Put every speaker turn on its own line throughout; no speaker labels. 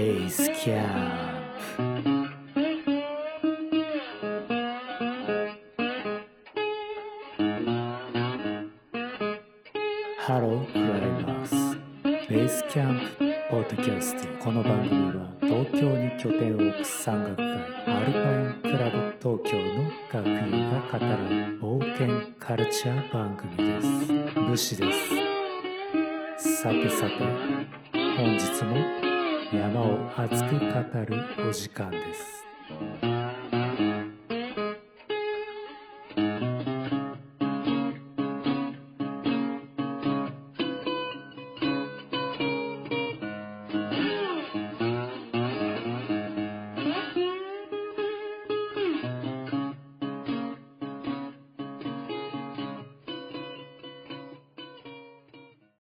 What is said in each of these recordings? キャンプハロークライマースベースキャンプポッドキャスティングこの番組は東京に拠点を置く山岳会アルパインクラブ東京の学友が語る冒険カルチャー番組です武士ですさてさて本日も山を熱く語るお時間です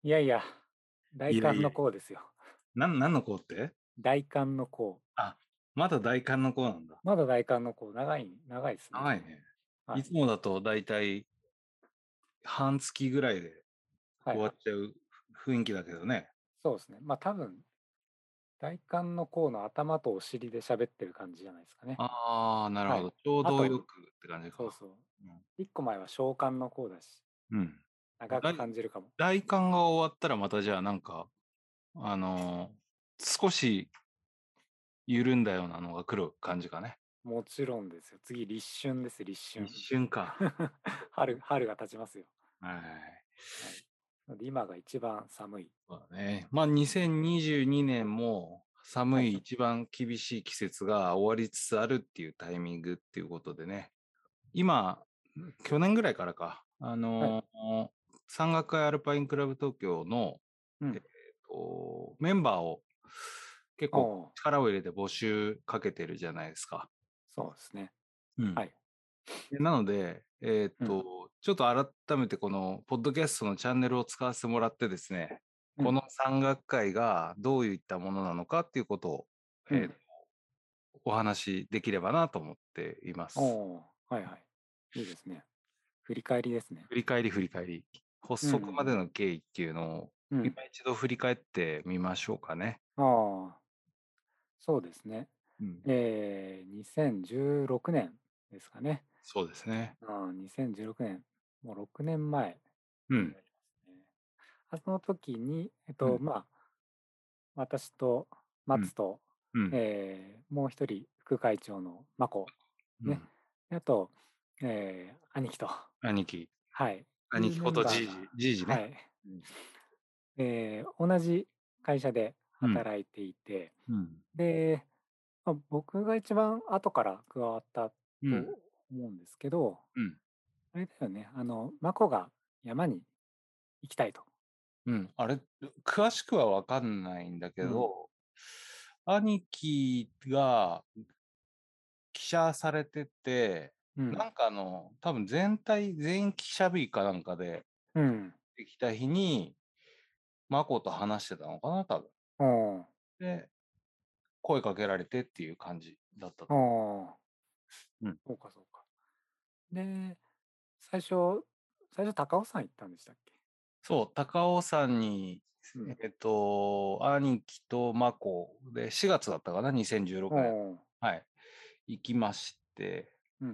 いやいや大寒の項ですよ
なん、なんの子って
大寒の項
まだ大寒の子なんだ。
まだ大寒の項長い長いですね
長いね。
はい
いつもだと大体半月ぐらいで
は
終
い
わっちゃう雰囲気だけどね。
そうですね。まあ多分、大寒の甲の頭とお尻で喋ってる感じじゃないですかね。
ああ、なるほど。
は
ちょう
あと
どよくって感じか。
そうそう
うん。
一個前は召喚の甲だし、
うん。
長
大
く感じるかも。
大寒が終わったらまたじゃあなんか、あのー少し緩んだようなのが来る感じかね。
もちろんですよ。次、立春です、立春
一。瞬か。
春、春が経ちますよ。
はい。
なので今が一番寒い。
そうだね。まあ2022年も寒い一番厳しい季節が終わりつつあるっていうタイミングっていうことでね。今、去年ぐらいからか、あのー山岳会アルパインクラブ東京の、
うん
えーとメンバーを結構
おう
力を入れて募集かけてるじゃないですか。
そうですね。
うん
はい
でなので、えーっと、
うん
ちょっと改めてこの、ポッドキャストのチャンネルを使わせてもらってですね、
うん
この山岳会がどういったものなのかっていうことを、えー
うん
とお話しできればなと思っています。振
おうはいはい。いいですね。振り返りですね。
り返り振り返り、発足までの経緯っていうのを、
うん。
今一度振り返ってみましょうかね。
ああ。そうですね。
うん
えー、2016年ですかね。
そうですね。
ああ、2016年。もう6年前。
うん。
あその時に、えっと、
うん
まあ、私と
ん
松と、
うん。
えーもう一人、副会長の眞子、
う
ね
ん
あと、えー兄貴と、
兄貴、
はい。
兄貴こと
い
じ
うメ
い
ンバーが
じ、じいじ
は
ね。
い
うん。
えー同じ会社で
うん
働いていて、
うん。
で、まあ、僕が一番後から加わったと
うん。
思うんですけど、
うん
あれだよね、あの、眞子が山に行きたいと。
うん、あれ、詳しくは分かんないんだけ
うん
ど、兄貴が記者されてて、
うん。
なんかあの、多分全体、全員記者日かなんかで
うん。
できた日に、マコと話してたのかな、多分。
うん
で、声かけられてっていう感じだったと。
ああ。
うん
そうか、そうか。で、最初、最初、高尾山行ったんでしたっけ
そう、高尾山に、
うん
えっと、兄貴とマコで、4月だったかな、2016年。
おー
はい。行きまして、
うん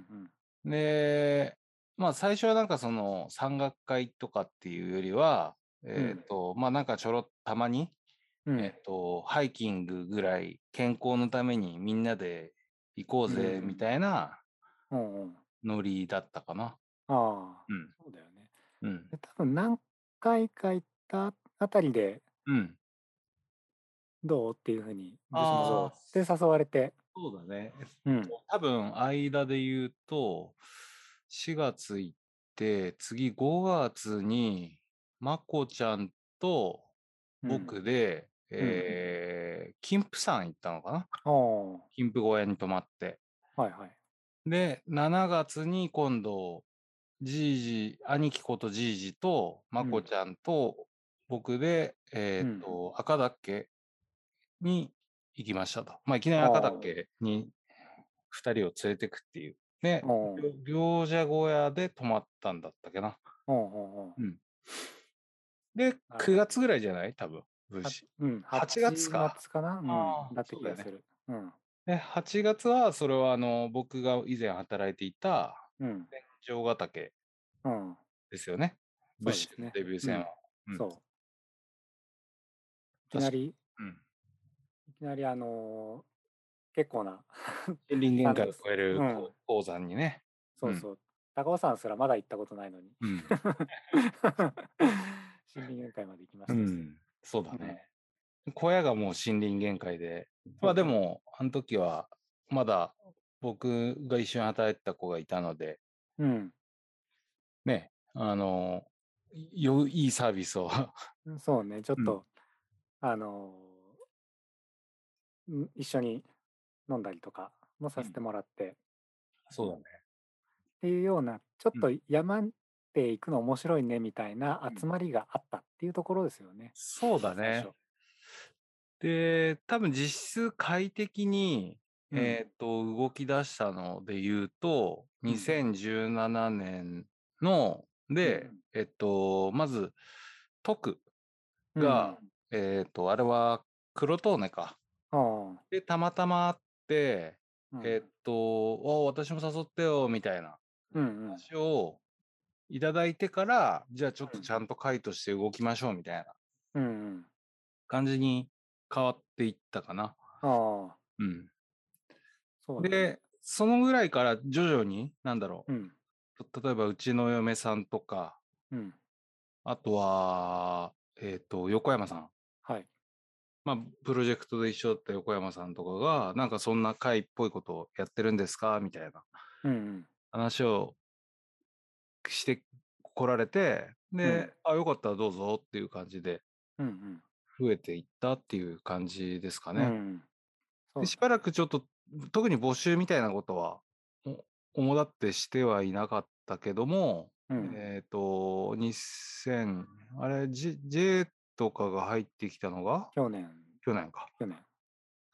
うん。
で、まあ最初はなんかその山岳会とかっていうよりは、え
うん
っ、と、まあなんかちょろっとたまに、
うん
えっ、と、ハイキングぐらい健康のためにみんなで行こうぜ
うん
みたいな
うんうん。
ノリだったかな。
ああ、
うん。
そうだよね。
うん。
で、多分何回か行ったあたりで、
うん。
どうっていうふうに、どうしまし
あー
ょうって誘われて、
そうだね。
うん。
多分間で言うと、4月行って、次5月に、まこちゃんと
うん、
僕で、えー、金峰山行ったのかな
ああ、は
金峰小屋に泊まって。
いはい。
で、7月に今度、じいじ、兄貴ことじいじと、まこちゃんと、僕で、えーっと、赤岳に行きましたと。まあ、いきなり赤岳に2人を連れてくっていう。で、
おー
行者小屋で泊まったんだったっけな。
おーおーおー
で、
はい
9月ぐらいじゃない多分。寿司。
うん、
8月か
8月かな
あ、
う
ー
ん、だって
そ
気
うだ
が
よね
する。うん。
で8月は、それはあの、僕が以前働いていた、
うん。
城ヶ岳
うん。
ですよね。
そう
武
です
士
ね
のデビュー戦は。うん
そう。いきなり、
うん。
いきなりあのー結 構な、
森林限界を超える
うん
こう鉱山にね。
そうそう、高尾山すらまだ行ったことないのに、
うん。
森林限界まで行きま
う
したし。
ん、そうだね。小屋がもう森林限界で、まあでも、あの時は、まだ僕が一緒に働いてた子がいたので、
うん。
ね、あの、よいいサービスを、
そうね、ちょっ
う
と、あのーん一緒に飲んだりとかもさせてもらって、っ
そうだね。
ていうような、ちょっ
うん
と山って行くの面白いねみたいな
うん
集まりがあったっていうところですよね。
そうだ
最
ね
初。。
で、多分実質快適に、
うん
えっと、動き出したので言うと、
うん
2017年の、で、えっと、まず、徳が、えっと、あれは黒トーネか。
うん、あ
で、たまたま会って、
あうん
えっと、お私も誘ってよ、みたいな
うんうん、
話をいただいてから、じゃあちょっと
うん
ちゃんと会として動きましょう、みたいな
うんうん、
感じに変わっていったかな。
ああ、
うん。
そうだね、
で、そのぐらいから徐々に、なんだろ
うん、
う、例えばうちの嫁さんとか、
うん、
あとは、えっ、と、横山さん。
はい。
まあ、プロジェクトで一緒だった横山さんとかが、なんかそんな会っぽいことをやってるんですかみたいな
うんうん、
話をしてこられて、で、あ、よかったらどうぞっていう感じで
うんうん、
増えていったっていう感じですか
う
ね。
んそう
でしばらくちょっと特に募集みたいなことはお主だってしてはいなかったけども、
だね
えっ、と2000あれ J, J とかが入ってきたのが
去年、
去年か
去年、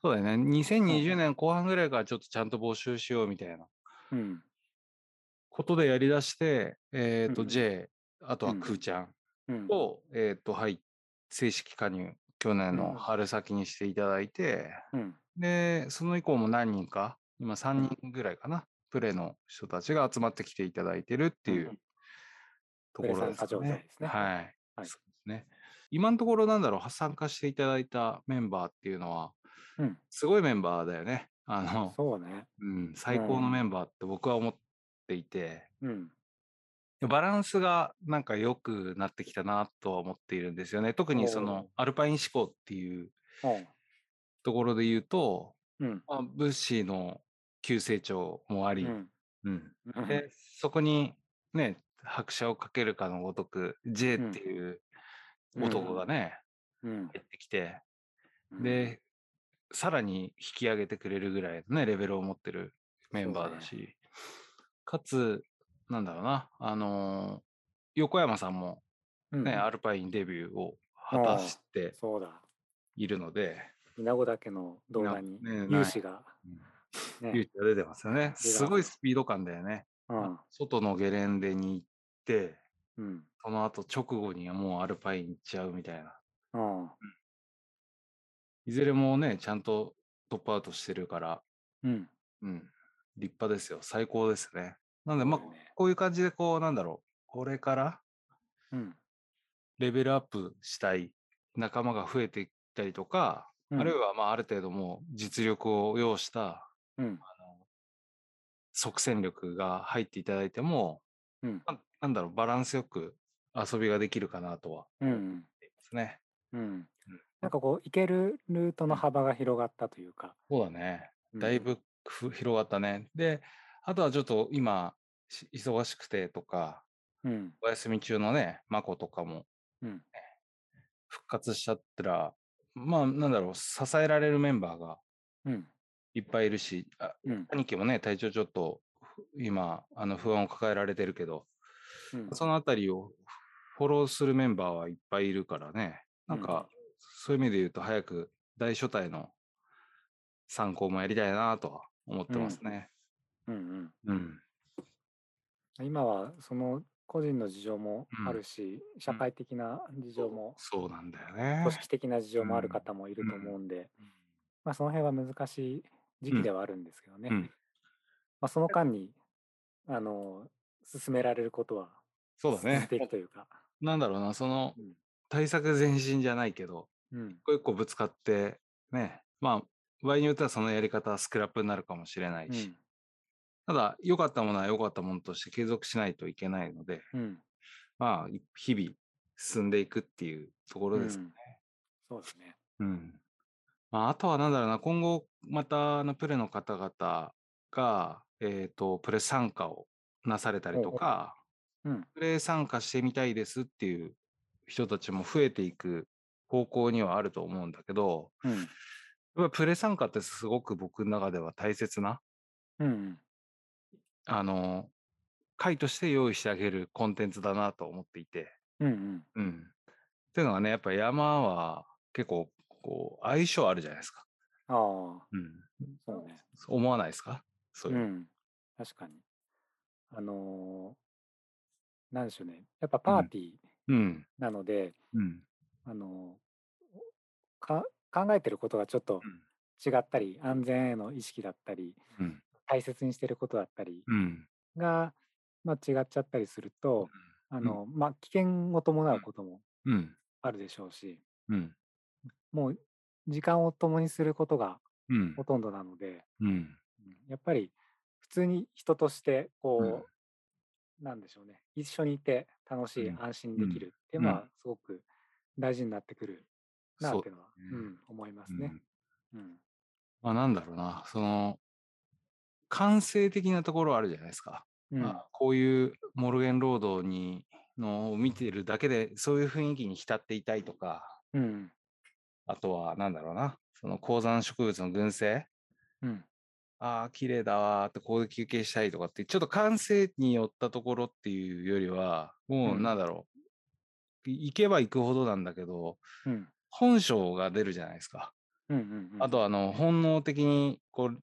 そうだよね2020年後半ぐらいからちょっとちゃんと募集しようみたいな
うん、
ことでやりだしてえっ、
う
と
ん
J、あとは
うん
くーちゃん
うん、
を、えっ、とはい正式加入去年
う
の
ん
春先にしていただいて、
うん、
で、その以降も何人か、今3人ぐらいかな、プレの人たちが集まってきていただいてるっていううんところです
プレ参加状
か
態
ね
です。ね
はい。
はい
そうですね。今のところなんだろう、参加していただいたメンバーっていうのは、
うん、
すごいメンバーだよね。あの、
そうね、
うん、最高のメンバーって僕は思っていて、
うん、
バランスがなんか良くなってきたなとは思っているんですよね。特にそのアルパイン思考っていう
おう
ところで言うと、
うん、
まあ、ブッシーの急成長もあ
う
り、
ん、
うん、
うん
で、そこにね、拍車をかけるかのごとく、J っ
うん
ていう男がね、
うん、
入ってきて、
うん、
で、さらに引き上げてくれるぐらいのね、レベルを持ってるメンバーだし、かつ、なんだろうな、あのー横山さんも
うん、
ね、アルパインデビューを果たして
そうだ、
いるので、
稲子岳の動画に
なね
有志が、
うん勇
ね、
気が出てますよね。すごいスピード感だよね。
うん、
外のゲレンデに行って、
うん、
その後直後にはもうアルパイン行っちゃうみたいな。
うん、
いずれもね、ちゃんとトップアウトしてるから、
うん、
うん、立派ですよ。最高ですね。なんで、まあ
そうだね、
こういう感じで、こう、なんだろう、これから
うん、
レベルアップしたい仲間が増えていったりとか、
うん
あるいは、まあ、ある程度もう実力を要した
うん、
即戦力が入っていただいても、
うん、
ななんだろう、バランスよく遊びができるかなとは
うん、うん、
思いますね。
うん、なんかこう、行けるルートの幅が広がったというか、
そうだね。
うん
だい、ぶふ広がったね。で、あとはちょっと今、し忙しくてとか、
うん、
お休み中のね、マコとかも
うん、
復活しちゃったら、まあ、なんだろう、支えられるメンバーが
うん、
いっぱいいるし、あ
うん、
兄貴もね、体調ちょっとふ今、あの不安を抱えられてるけど、
うん、
そのあたりをフォローするメンバーはいっぱいいるからね、なんか、そういう意味で言うと、早く大所帯の参考もやりたいなとは思ってますね。
うん、うん。
うん。
今はその個人の事情もあるし、社会的な事情も、
そうなんだよね
組。織的な事情もある方もいると思うんで、まあ、その辺は難しい時期ではあるんですけどね、
うん
まあ、その間にあの進められることは
そうだ
進め
ね
て。いくというか、
なんだろうな、その
うん
対策前進じゃないけど、
うん
一個一個ぶつかって、ね、まあ、場合によってはそのやり方はスクラップになるかもしれないうし、
ん
ただ、良かったものは良かったものとして継続しないといけないので、
うん
まあ、日々進んでいくっていうところです。
うんそうですね。
うん。まあ、あとはなんだろうな、今後、また、あの、プレの方々が、えっ、と、プレ参加をなされたりとか、
うん
プレ参加してみたいですっていう人たちも増えていく方向にはあると思うんだけど、
うん
やっぱプレ参加ってすごく僕の中では大切な、
うん
あの、会として用意してあげるコンテンツだなと思っていて、
うんうん
うん。っていうのはね、やっぱ山は結構、こう、相性あるじゃないですか。
ああ
うん。
そうね。
そう思わないですかそういうう。
ん確かに。あのーなんでしょうね。やっぱパーティー
うん。
なので、
うん。
あのーか考えてることがちょっと
うん
違ったり、安全への意識だったり、
うん。
大切にしてることだったり
うん。
が、まあ、違っちゃったりすると、あの、まあ、危険を伴うことも
うん。
あるでしょうし、
うん。
もう時間を共にすることが
うん
ほ。とんどなので、
うん。
うんやっぱり普通に人としてこう、なんでしょうね一緒にいて楽しい、
うん
安心できるって、
うん
まあすごく大事になってくるな
そう
っていうのはう、
だね
ん、思います
う
ね
ん。
うん
まあ、なんだろうな。その、感性的なところあるじゃないですか。
うん
まあこういうモルゲンロードに、のを見てるだけで、そういう雰囲気に浸っていたいとか、
うん
あとは、なんだろうな。その高山植物の群生。
うん
ああ、綺麗だわーって、ここで休憩したいとかって、ちょっと感性によったところっていうよりは、もううんなんだろう、い行けば行くほどなんだけど、
うん
本性が出るじゃないですか。
うんうんうん
あとあの、本能的に、こう、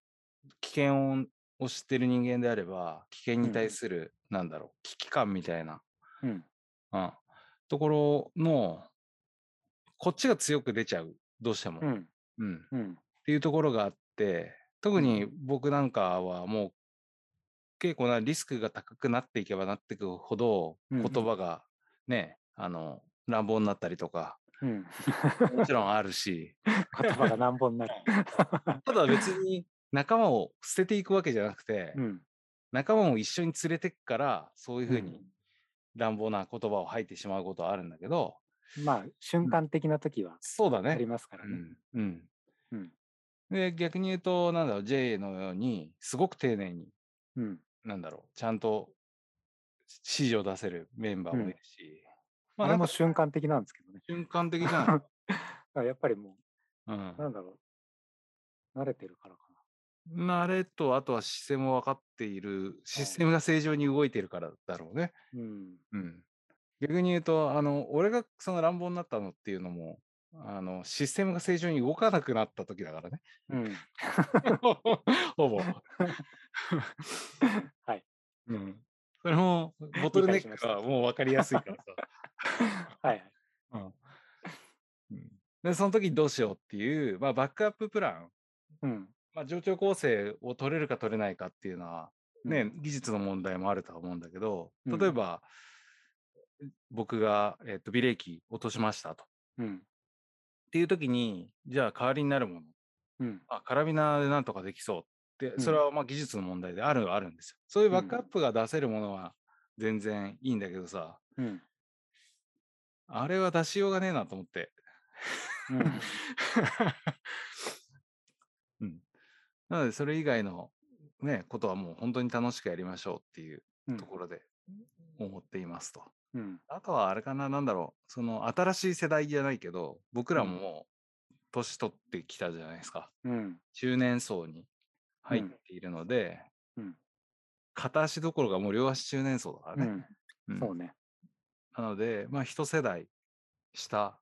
危険を知ってる人間であれば、危険に
うん
対する、なんだろう、危機感みたいな、
うん
うん、ところの、こっちが強く出ちゃう、どうしても。
うん
うん
うん
っていうところがあって、特
うん
に僕なんかはもう結構なリスクが高くなっていけばなっていくほど
うんう
言
ん
葉がね、あの乱暴になったりとか
うん
もちろんあるし、
言葉 が乱暴になる。
ただ 別に仲間を捨てていくわけじゃなくて、
うん
仲間も一緒に連れてくからそういうふう
う
に
ん
乱暴な言葉を吐いてしまうことはあるんだけど、
まあ瞬間的な時は
そうだ
あり
ね。
ますから
う
ね。
ん、うん
うん
で逆に言うとなんだろう J のようにすごく丁寧に
うん
なんだろう、ちゃんと指示を出せるメンバーもいるし、ま
あ
あ、
れ
なん
も
か
瞬間的なんですけどね。
瞬間的じ ゃない。
だからやっぱりも
う
う、なん
ん、
だろう、慣れてるからか
慣れと、あとはシステムを分かっている、システムが正常に動いてるからだろうね。
な。うん。
うん、逆に言うと、あの、俺がその乱暴になったのっていうのも、あの、システムが正常に動かなくなった時だか らね。
うん。
ほぼ。
はい。
うん。それも、ボトルネ
理解しま
ッ
し
ク
た
はもう分かりやすいからさ。
はいはい。
うんで、その時どうしようっていう、まあ、バックアッププラン、
うん。
まあ、状況構成を取れるか取れないかっていうのは、ね、技術の問題もあるとは思うんだけど、
うん
例えば、僕が、えっと、ビレーキ落としましたと。っ
うん。
ていう時に、じゃあ代わりになるもの、
うん。
あ、カラビナでなんとかできそうって、
ん
それはまあ技術の問題であるはあるんですよ。そういうバックアッ
うん
プが出せるものは全然いいんだけどさ、
うん。
あれは出しようがねえなと思って。
うん。
うん、なので、それ以外の、ね、ことはもう本当に楽しくやりましょうっていう
うん
ところで思っていますと。
うん。
あとはあれかな、なんだろう、その新しい世代じゃないけど、僕ら
うん
ももう年取ってきたじゃないですか。
うん。
中年層に入っ
うん
ているので、
うん
片足どころかもう両足中年層だから
う
ね。
ん。
うん
そうね。
なので、まあ一世代下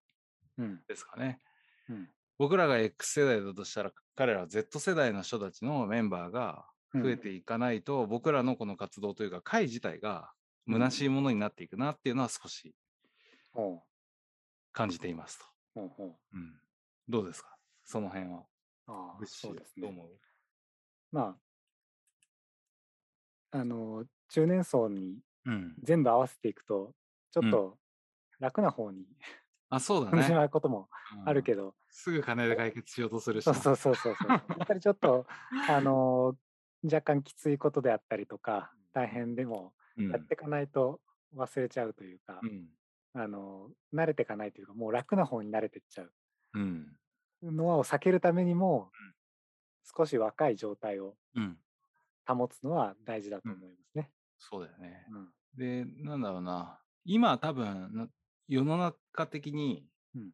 うん。
ですかね。
うん。
僕らが X 世代だとしたら彼らは Z 世代の人たちのメンバーが
うん
増えていかないと、僕らのこの活動というか会自体が虚しいものになっていくなっていうのは少し
ほ
感じています
う
と。
ほうほう
うん、どうですかその辺は。
ああ
ブッシ
そ
ー
うですね
どう思う
まああの中年層に
うん。
全部合わせていくとちょ
うん
っと楽な方に
あ、そうだ
飛んでし
ね。
まうこともあるけ
ど。
ど、
すぐ金で解決しようとするし
そ
な。
うそうそうそうそうやっぱりちょっとあの若干きついことであったりとか大変でも
うん
やっていかないと忘れちゃうというか、
うん。
あの慣れていかないというかもう楽な方に慣れてっちゃ
うん。
うのはを避けるためにも少し若い状態を
うん。
保つのは大事だと思いますね。
そうだよね。
うん
で、なんだろうな。今多分、な世の中的に
うん、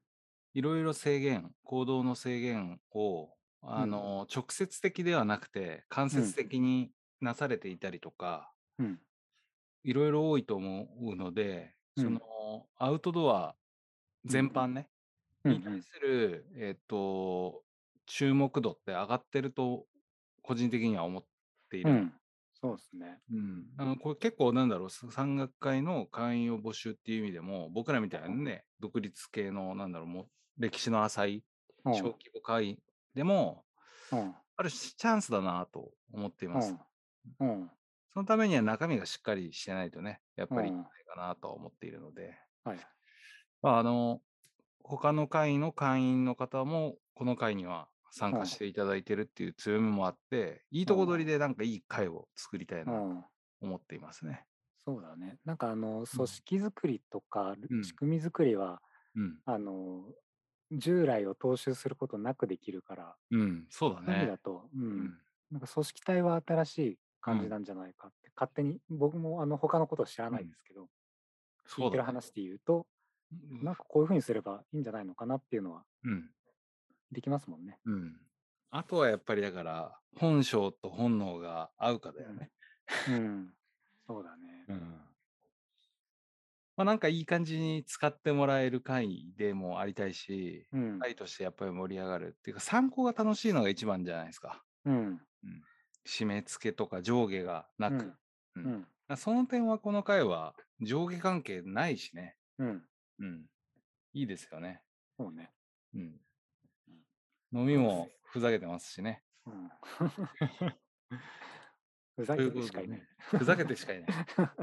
いろいろ制限、行動の制限を、あの、直接的ではなくて、間接的になされていたりとか、
うん
いろいろ多いと思うので、そ
うん
の、アウトドア全般ね、
うんう
に対
ん
する、えっと、注目度って上がってると、個人的には思っている。
うんそうですね。
うんあのこれ結構なんだろう、さ山岳会の会員を募集っていう意味でも、僕らみたいなね、独立系の、なんだろう、もう歴史の浅い
うん
小規模会員でも、
うん
あるチャンスだなと思っています。
うんうん
そのためには中身がしっかりしてないとね、やっぱりいけ
うん
ないかなとは思っているので、
はい
まあ、あの、他の会の会員の方も、この会には参
う
加
ん
していただいてるっていう強みもあって、いいとこ取り
うん
でなんかいい会を作りたいうなと
ん
思っていますね。
そうだね。なんかあの組織づくりとか
うん
仕組みづくりは、
うん。
あの従来を踏襲することなくできるから、
うん、そうだ
そういう意味
ね
だ。と、うん
うん
なんか組織体は新しい感
う
じ
ん
なんじゃないかって、勝手に僕もあの他のことを知らないですけど、聞いてる話で言うと、
うん
なんかこういうふうにすればいいんじゃないのかなっていうのは
うん。
できますもんね。
うん。あとはやっぱりだから、本性と本能が合うかだよね。
うん、そうだね。
うん。まあなんかいい感じに使ってもらえる回でもありたいし、
うん、
回としてやっぱり盛り上がるっていうか、参考が楽しいのが一番じゃないですか。
うん、
締め付けとか上下がなく。だか
うん、
う
うん、
らその点はこの回は上下関係ないしね。
うん、
うん。いいですよね。
そうね。
うん。飲みもふざけてますしね。
うん ふざ
とい
け
う
て
こと
しか
で
いない
ね。、ふざけてしかいない。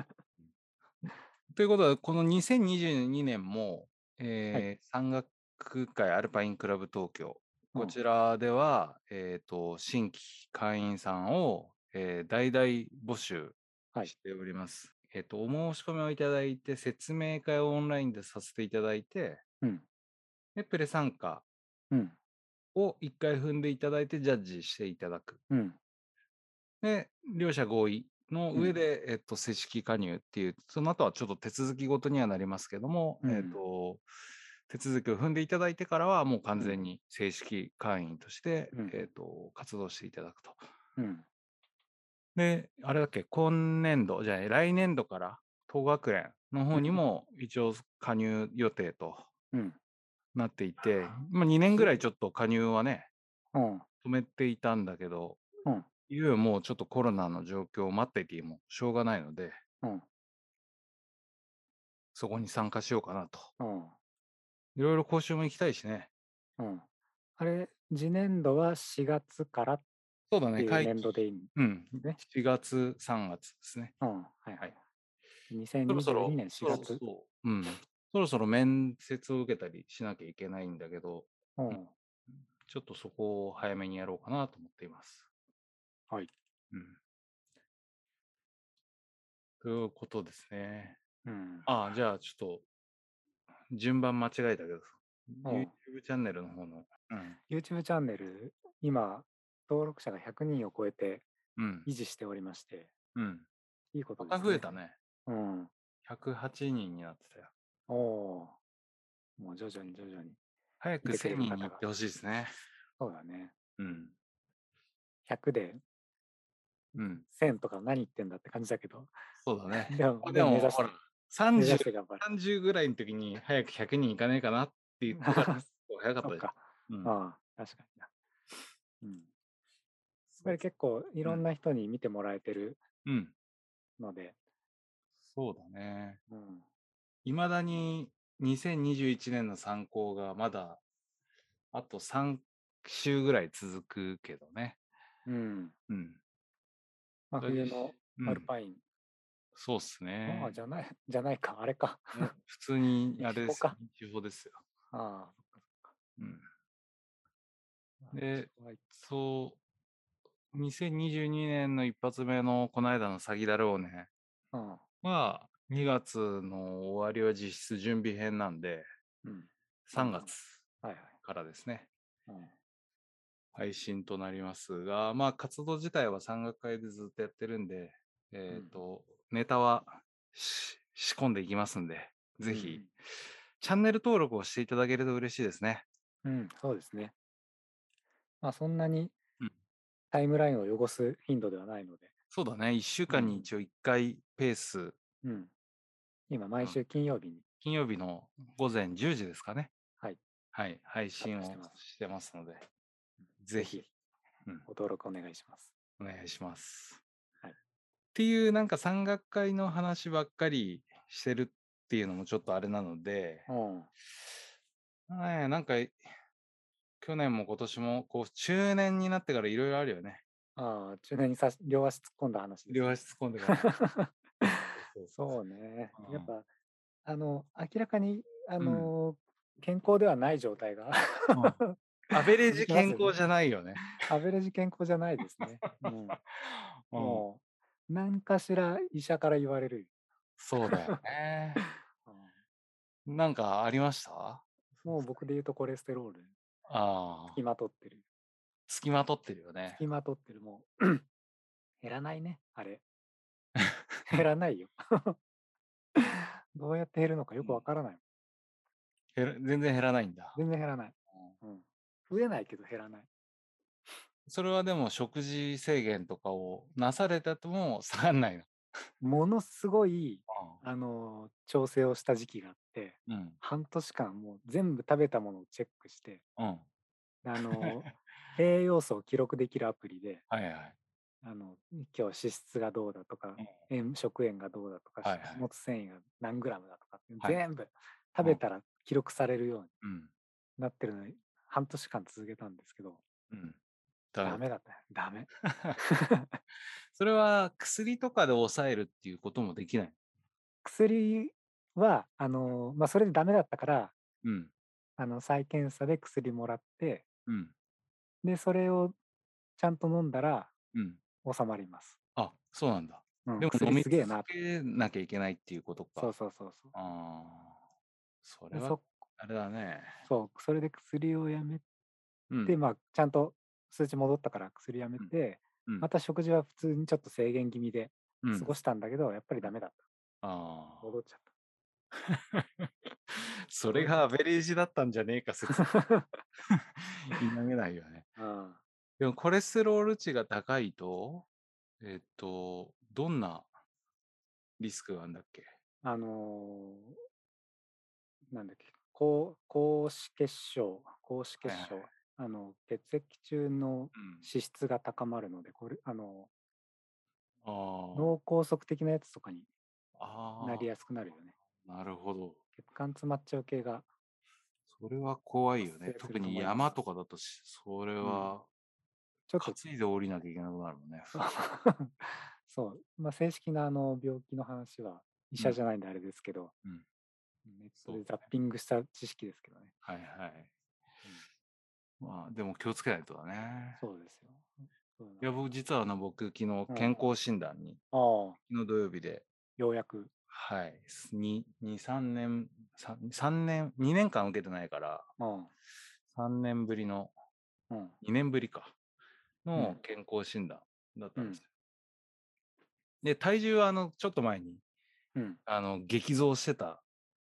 ということは、この2022年も、えー山岳会アルパインクラブ東京、
うん
こちらでは、えー、と新規会員さんを、えー大々募集
はい
しております。えっ、と、お申し込みをいただいて、説明会をオンラインでさせていただいて、
うん、
でプレ参加
うん、
を1回踏んでいただいて、ジャッジしていただく。
うん、
で、両者合意の
うん
上で、えっと、正式加入っていう、その後はちょっと手続きごとにはなりますけども、えっ
うん
と、手続きを踏んでいただいてからは、もう完全
うん
に正式会員として、
うん
えっと、活動していただくと。
うん、
で、あれだっけ、今年度、じゃない、来年度から、東学連の方に
うん
も一応加入予定と
うん、
なっていて、まあ2年ぐらいちょっと加入はね、
うん、
止めていたんだけど、
うん
いよいよもうちょっとコロナの状況を待っていてもしょうがないので、
うん
そこに参加しようかなと。
うん。
いろいろ講習も行きたいしね。
うん。あれ、次年度は4月からっ
そうだ
て
ね、
いう
会
年度でいいん
うん。
ね。
4月、3月ですね。
うん。はい
は
はいい。
そろそろ
2022年4
そ
月
う。そううん。そろそろ面接を受けたりしなきゃいけないんだけど、
うん。
ちょっとそこを早めにやろうかなと思っています。
はい。
うん。ということですね。
うん。
ああ、じゃあちょっと、順番間違えたけど、
うん
YouTube チャンネルの方の、うん。
YouTube チャンネル、今、登録者が100人を超えて
うん。
維持しておりまして、
うん。
いいことです、
ま
ね。
た増えた。ね。
うん。
108人になってたよ。
おおー。もう徐々に徐々に。
早く
見てくれ
1000
る
人
方
に行
が
ってほしいですね。
そうだね。
うん。
100で
うん。
1000とか何言ってんだって感じだけど。
そう だね。
でも、
で
目
も、
指し
ほ
て
ら、
目指し
30、
て頑張る。
30ぐらいの時に早く100人行かねえかなって言っ たから、結構早かった
そっ
です
か。。
うん
ああ、確かにな。うん。やっぱり結構いろんな人に見てもらえてる
うん。
ので、
そうだね。
うん。
いまだに2021年の参考がまだあと3週ぐらい続くけどね。
うん。
うん。
真冬の
うん
アルパイン。
そうっすね
あ。じゃない、 じゃないか、あれか。
うん 普通に、あれで
日
す
報か。
日報ですよ。
あ
うん。
あ。
で
そこはい
そう、2022年の一発目のこの間の詐欺だろうね
うん。
は、2月の終わりは実質準備編なんで、
うん。
3月
はいはい。
からですね。
うん
配信となりますが、まあ活動自体は山岳会でずっとやってるんで、え
う
っ、
ん
と、ネタはし仕込んでいきますんで、ぜひ、チャンネル登録をしていただけると嬉しいですね。
うん。うん、そうですね。まあ、そんなに
うん
タイムラインを汚す頻度ではないので、
そうだね、1週間
うん
に一応1回ペース、
うん。今、毎週金曜日に。
金曜日の午前10時ですかね。
はい。
はい、配信を
してます
してますので、ぜひ、うん
ご登録お願いします。
お願いします。
はい
っていう、なんか山岳会の話ばっかりしてるっていうのもちょっとあれなので、
うん。
ねえ、なんか、去年も今年も、こう、中年になってからいろいろあるよね。
ああ、中年にさし両足突っ込んだ話ですね
両足突っ込んでから。
そうね。や
うん
っぱ、あの、明らかに、あ
ん
の、健康ではない状態が、
アベレージ
続きますよ
健
ね
康じゃないよね。
アベレージ健康じゃないです ね。うん、もう、何かしら医者から言われる。
そうだよね。
うん
なんかありましたあ
もう僕で言うとコレステロール、
あ
付き。まとってる。
つきまとってるよね
付。きまとってる、もう、 減らないね、あ れ。減らないよ。 どうやって減るのかよくわからない。
減ら全然減らないんだ。
全然減らない。うん、増えないけど減らない。
それはでも食事制限とかをなされたとも下がんないの。
ものすごい、あのー調整をした時期があって
うん。
半年間もう全部食べたものをチェックして
うん。
あの ー栄養素を記録できるアプリで
はいはい。
あの今日脂質がどうだとか
うん、
塩食塩がどうだとか、
はいはい
食物繊維が何グラムだとかっていう
はい
全部食べたら記録されるように
うん。
なってるのに半年間続けたんですけど
うん。
ダ
だ
メだったねダメ
それは薬とかで抑えるっていうこともできない。
薬はあのー、まあ、それでダメだったから
うん。
あの再検査で薬もらって
うん。
で、それをちゃんと飲んだら
うん。
収まります。
あ、そうなんだ。
うん、
でも飲
薬
み
すげえ
続
な。
けなきゃいけないっていうことか。
そうそうそうそう。
ああ。それ
で
は
そ、
あれだね。
そう、それで薬をやめ
うん
て、まあ、ちゃんと数値戻ったから薬やめ
うん
て、
うん
また食事は普通にちょっと制限気味で
う
過
ん
ごしたんだけど、やっぱりダメだっ
あ
た。戻っちゃっ
あ。それがアベレージだったんじゃねえか、説 言い投げないよね。
た。うん。
でも、コレステロール値が高いと、えっと、どんなリスクがあるんだっけ
あのーなんだっけ、高高脂血症、高脂血
はい
症、あの、血液中の
うん
脂質が高まるので、これ、あの、
あー
脳梗塞的なやつとかに
あ
なり
ー。
やすくなるよね。
なるほど。
血管詰まっちゃう系が、
それは怖いよ
発
ね
生。する
特
と思
に
います
山とかだとし、それ
ん
は
ちょっ
担
と、
いで降りなきゃいけなくなるもんね。
そう、まあ、正式なあの病気の話は医
う
者
ん
じゃないんであれですけど、
うん
ネッ
そう
ト
だ
で
ね
ザッピングした知識ですけどね。
はいはい。まあ、でも気をつけないとだね。
そうですよ。そう
いや、僕、実はあの、僕、昨日
うん、
健康診断に、
ああ、
昨日土曜日で、
ようやく。
はい、2、2 3年、3, 三年、2年間受けてないから、
うん。
3年ぶりの、
うん。
2年ぶりか、
うん
の健康診断だったんですよ。で、体重は、あの、ちょっと前に、
うん。
あの、激増してた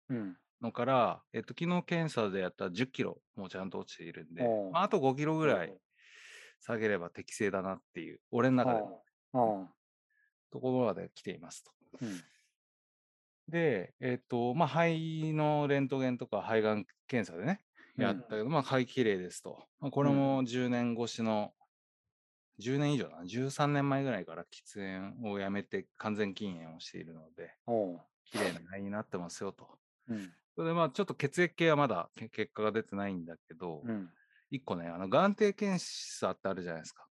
うん。
のから、えっと、昨日検査でやった10キロもちゃんと落ちているんで、
おう
まあ、あと5キロぐらい
おう
下げれば適正だなっていう、俺の中での
うん。うん。
ところまで来ていますと。
うん
で、えっと、まあ、肺のレントゲンとか肺がん検査でね、やったけど、まあ、肺綺麗ですと。まあこれも10年越しの10年以上だな、13年前ぐらいから喫煙をやめて完全禁煙をしているので、
おう
綺麗なラインになってますよと。
うん。
それでまあちょっと血液系はまだけ結果が出てないんだけど、
うん。
一個ね、あの眼底検査ってあるじゃないですか。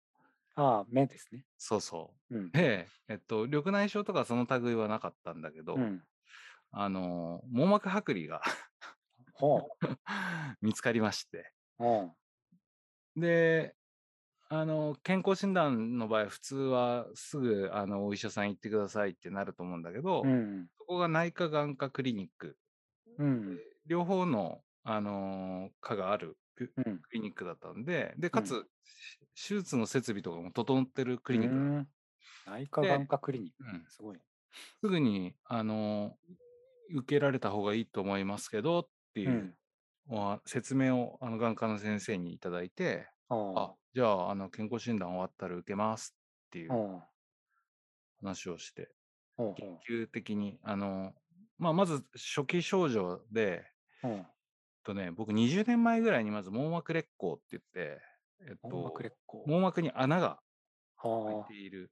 ああ、目ですね。
そうそ
うん
う。。で、えっと、緑内障とかその類はなかったんだけど、
うん。
あの、網膜剥離が
ほ
見つかりまして。
う。おう。
で、あの、健康診断の場合、普通はすぐ、あの、お医者さん行ってくださいってなると思うんだけど、
うん。
そこが内科眼科クリニック、
うん。
両方の、あの科があるク
うん。
クリニックだったんで、で、かつ、
う
手術の設備とかも整ってるクリニックだっ
ック。
た、
内科
で
眼科クリニッ
うん
ク。すごい。。
すぐに、あの受けられた方がいいと思いますけどっていううんお話説明をあの眼科の先生にいただいて、あ
お。
じゃああの健康診断終わったら受けますっていうう
おう。
話をして、
おう。
緊急的に、あのまあ、まず初期症状で、
おう。
とね、僕20年前ぐらいにまず網膜劣行って言って、えっと、
網膜劣行。
網膜に穴が開
はい
ている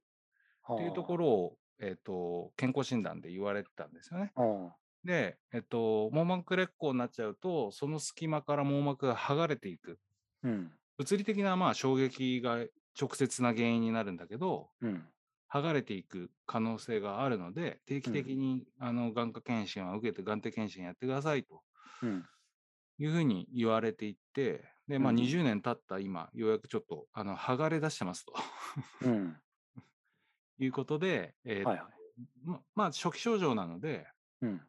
あ。
っていうとこ
ろ。
ろを、えっと、健康診断で言われてたんですよね。
おう。
で、えっと、網膜劣行になっちゃうと、その隙間から網膜が剥がれていく。
うん。
物理的な、まあ、衝撃が直接な原因になるんだけど、
うん。
剥がれていく可能性があるので、定期的に、あの眼科検診は受けて眼底検診やってくださいと
うん。
いうふうに言われていって、で、まあ、
うん
20年経った今、ようやくちょっと、あの、剥がれ出してますと
うん。
いう ことで、えー
はいはい。
ままあ、初期症状なので、
うん。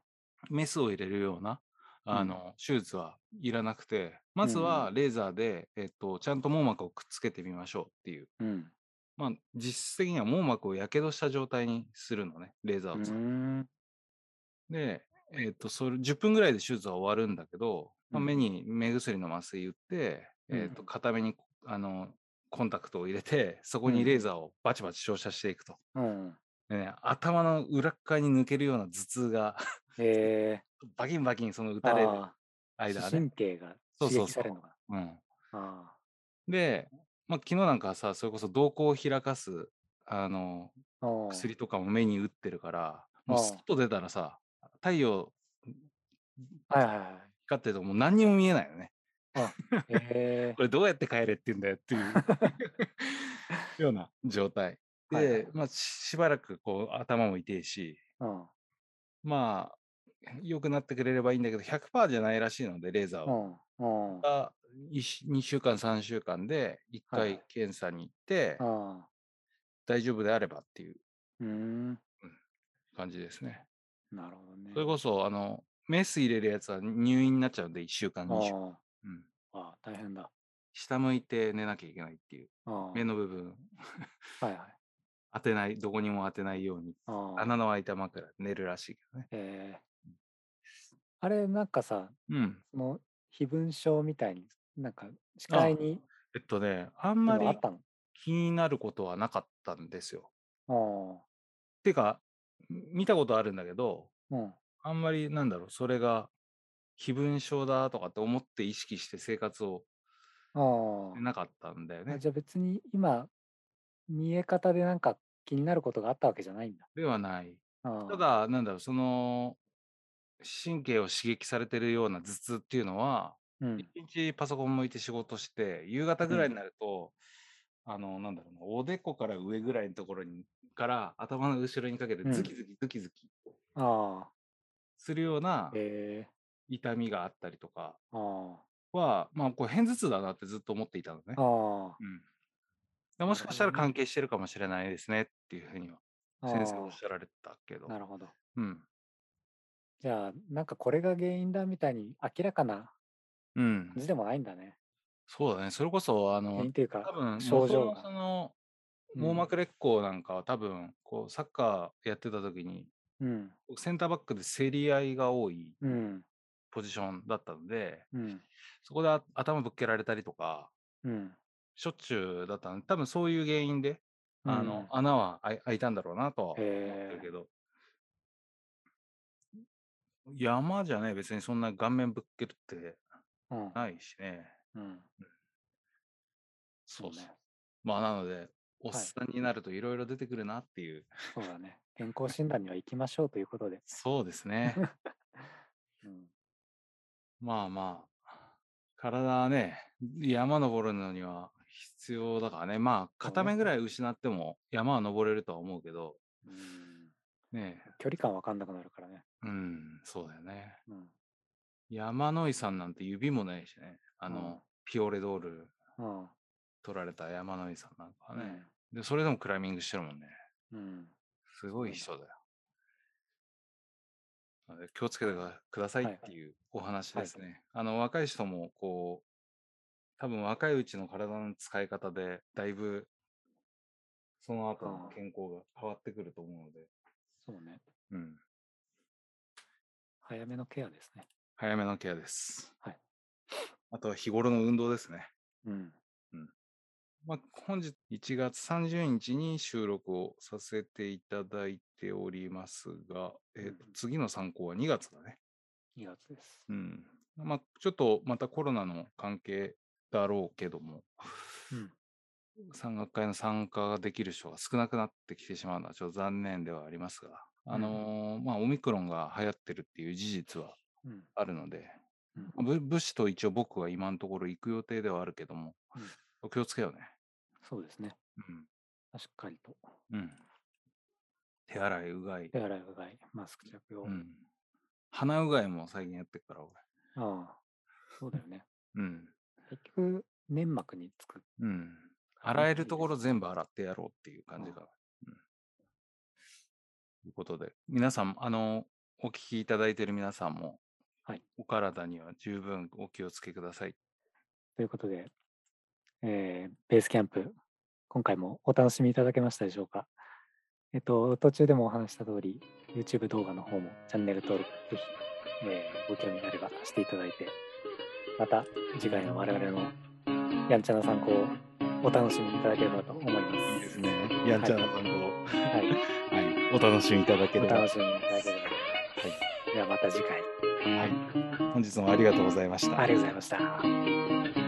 メスを入れるようなあ
うん
の、手術はいらなくて、まず
うんうん
はレーザーで、えっと、ちゃんと網膜をくっつけてみましょうっていう。
うん。
まあ、実質的には網膜をやけどした状態にするのね、レーザ
う
ーを使って。
ん。
で、えっと、それ10分ぐらいで手術は終わるんだけど、まあ
うん
目に目薬の麻酔打って、えっと、
うん
片目にあのコンタクトを入れて、そこにレーザーをバチバチ照射していくと。
うん。
でね、頭の裏っ側に抜けるような頭痛が
え
バキンバキンその打
ー、
たれる
あー
間ね。
神経が
そう
刺
そう
激
そ
さ
う
れるのか
うん
な。あ
で、まあ、昨日なんかはさ、それこそ瞳孔を開かす、あの、
あ。おう
薬とかも目に打ってるから、もう
ああ
外出たらさ、太陽
はいはいはい。
光ってるともう何にも見えないよね。
え
これどうやって帰れって言うんだよっていう ような状態。で、
はいはい
まあ、ししばらくこう頭も痛いし、
ー、うん。
まあ、良くなってくれればいいんだけど、100%じゃないらしいので、レーザーは。
うん。うん。
が2週間、3週間で
は
1
いはい
回検査に行って、
あ
大丈夫であればっていう
ーうーん。
感じですね。
なるほどね。
それこそ、あの、メス入れるやつは入院になっちゃうんで、1週間、2週間。
あ
うん
あああ、大変だ。
下向いて寝なきゃいけないっていう。
ああ
目の部分、
はいはい。
当てない、どこにも当てないように、
ああ
穴の開いた枕で寝るらしいけどね。
えーあれ、なんかさ、
うん。
その、非分症みたいに、なんか、視界に
えっとね、あん
で
ま
もあ
り
ったの。
気になることはなかったんですよ。
あ
てか、見たことあるんだけど、
あ。うん。
あんまり、なんだろう、それが、気分症だとかって思って意識して生活を
あ
してなかったんだよ
あ。
ね
じ。ゃあ別に今、見え方でなんか気になることがあったわけじゃないんだ。
ではない。
ああ
た、だ、なんだろう、その、神経を刺激されてるような頭痛っていうのは、
うん
一。日パソコン向いて仕事して、夕方ぐらい
うん
になると、あの、なんだろうな、おでこから上ぐらいのところに、から頭の後ろにかけて
うん
ズキズキズキズキ
あ
するよう
あ
な。
え
痛みがあったりとか
ー、ああ。
は、まあ、これ偏頭痛だなってずっと思っていたのね。
あ
うんでもしかした
なる
ら
ほどね
関係してるかもしれないですねっていうふうには
あ。
先生おっ
あ
しゃられてたけど
あ。な。るほど。
うん。
じゃあ、なんかこれが原因だみたいに明らかな
うん
感。じでもないんだね。
そうだね。それこそ、あ
原
の
因、というか
多、分
症状
元の
が
その、
うん
網膜劣行なんかは多分、こう、サッカーやってた時に、
うん、
センターバックで競り合いが多い
うん、
ポジションだったので、
うん、
そこであ頭ぶっけられたりとか、
うん。
しょっちゅうだったので、多分そういう原因で、あの、穴は開い開いたんだろうなとは思ってるけど、山じゃね、別にそんな顔面ぶっけるって
うん、うん、
ないしね。
うん、
そうそう。
ね。
まあ、なので、おっさんになるといろいろ出てくるなっていう。
そうだね。健康診断には行きましょうということで。
そうですね。
うん、
まあまあ、体はね、山登るのには必要だからね。まあ、片目ぐらい失っても山は登れるとは思うけど、
うん
ねえ
距離感わかんなくなるからね。
うん、そうだよね。
うん。
山野井さんなんて指もないしね。あの、
うん
ピオレドール
うん。
取られた山野井さんなんかはね、
ね
で、それでもクライミングしてるもんね。
うん。
すごい人だよ。なので気をつけてください
はい
っていうお話ですね。あの、若い人も、こう、多分若いうちの体の使い方で、だいぶ、その後
う
の
ん
健康が変わってくると思うので、
そうね。
うん。
早めのケアですね。
早めのケアです。
はい。
あとは日頃の運動ですね。
うん。
まあ、本日1月30日に収録をさせていただいておりますが、えーと
うん
次の参考は2月だね。
2月です。
うん。まあ、ちょっとまたコロナの関係だろうけども、
うん。
山岳会の参加ができる人が少なくなってきてしまうのはちょっと残念ではありますが、あ
うん
のーまあ、オミクロンが流行ってるっていう事実は
うん。
あるので、
うん
まあぶ武士と一応僕は今のところ行く予定ではあるけども、気をつけようね。
そうですね。
うん。
しっかりと。
うん。手洗い、うがい。
手洗いうがい、マスク着用。
うん。鼻うがいも最近やってるから、俺。
ああ。そうだよね。
うん。
結局、粘膜につく。
うん。
本
洗え
当
る
に
ところ全部洗ってやろうっていう感じ
うん
かな。うんということで、皆さん、あの、お聞きいただいている皆さんも、
はい
お体には十分お気をつけください。
ということで、えーベースキャンプ、今回もお楽しみいただけましたでしょうか。えっと、途中でもお話しした通り、YouTube 動画の方もチャンネル登録、ぜひ、えーご興味があればしていただいて、また次回の我々のやんちゃな参考をお楽しみいただければと思います。
ね。
やんちゃなは
参考、
い、
はい。お楽しみいただけ
お楽しみいただければと思います。ではまた次回、
はい。本日もありがとうございました。
ありがとうございました。
た。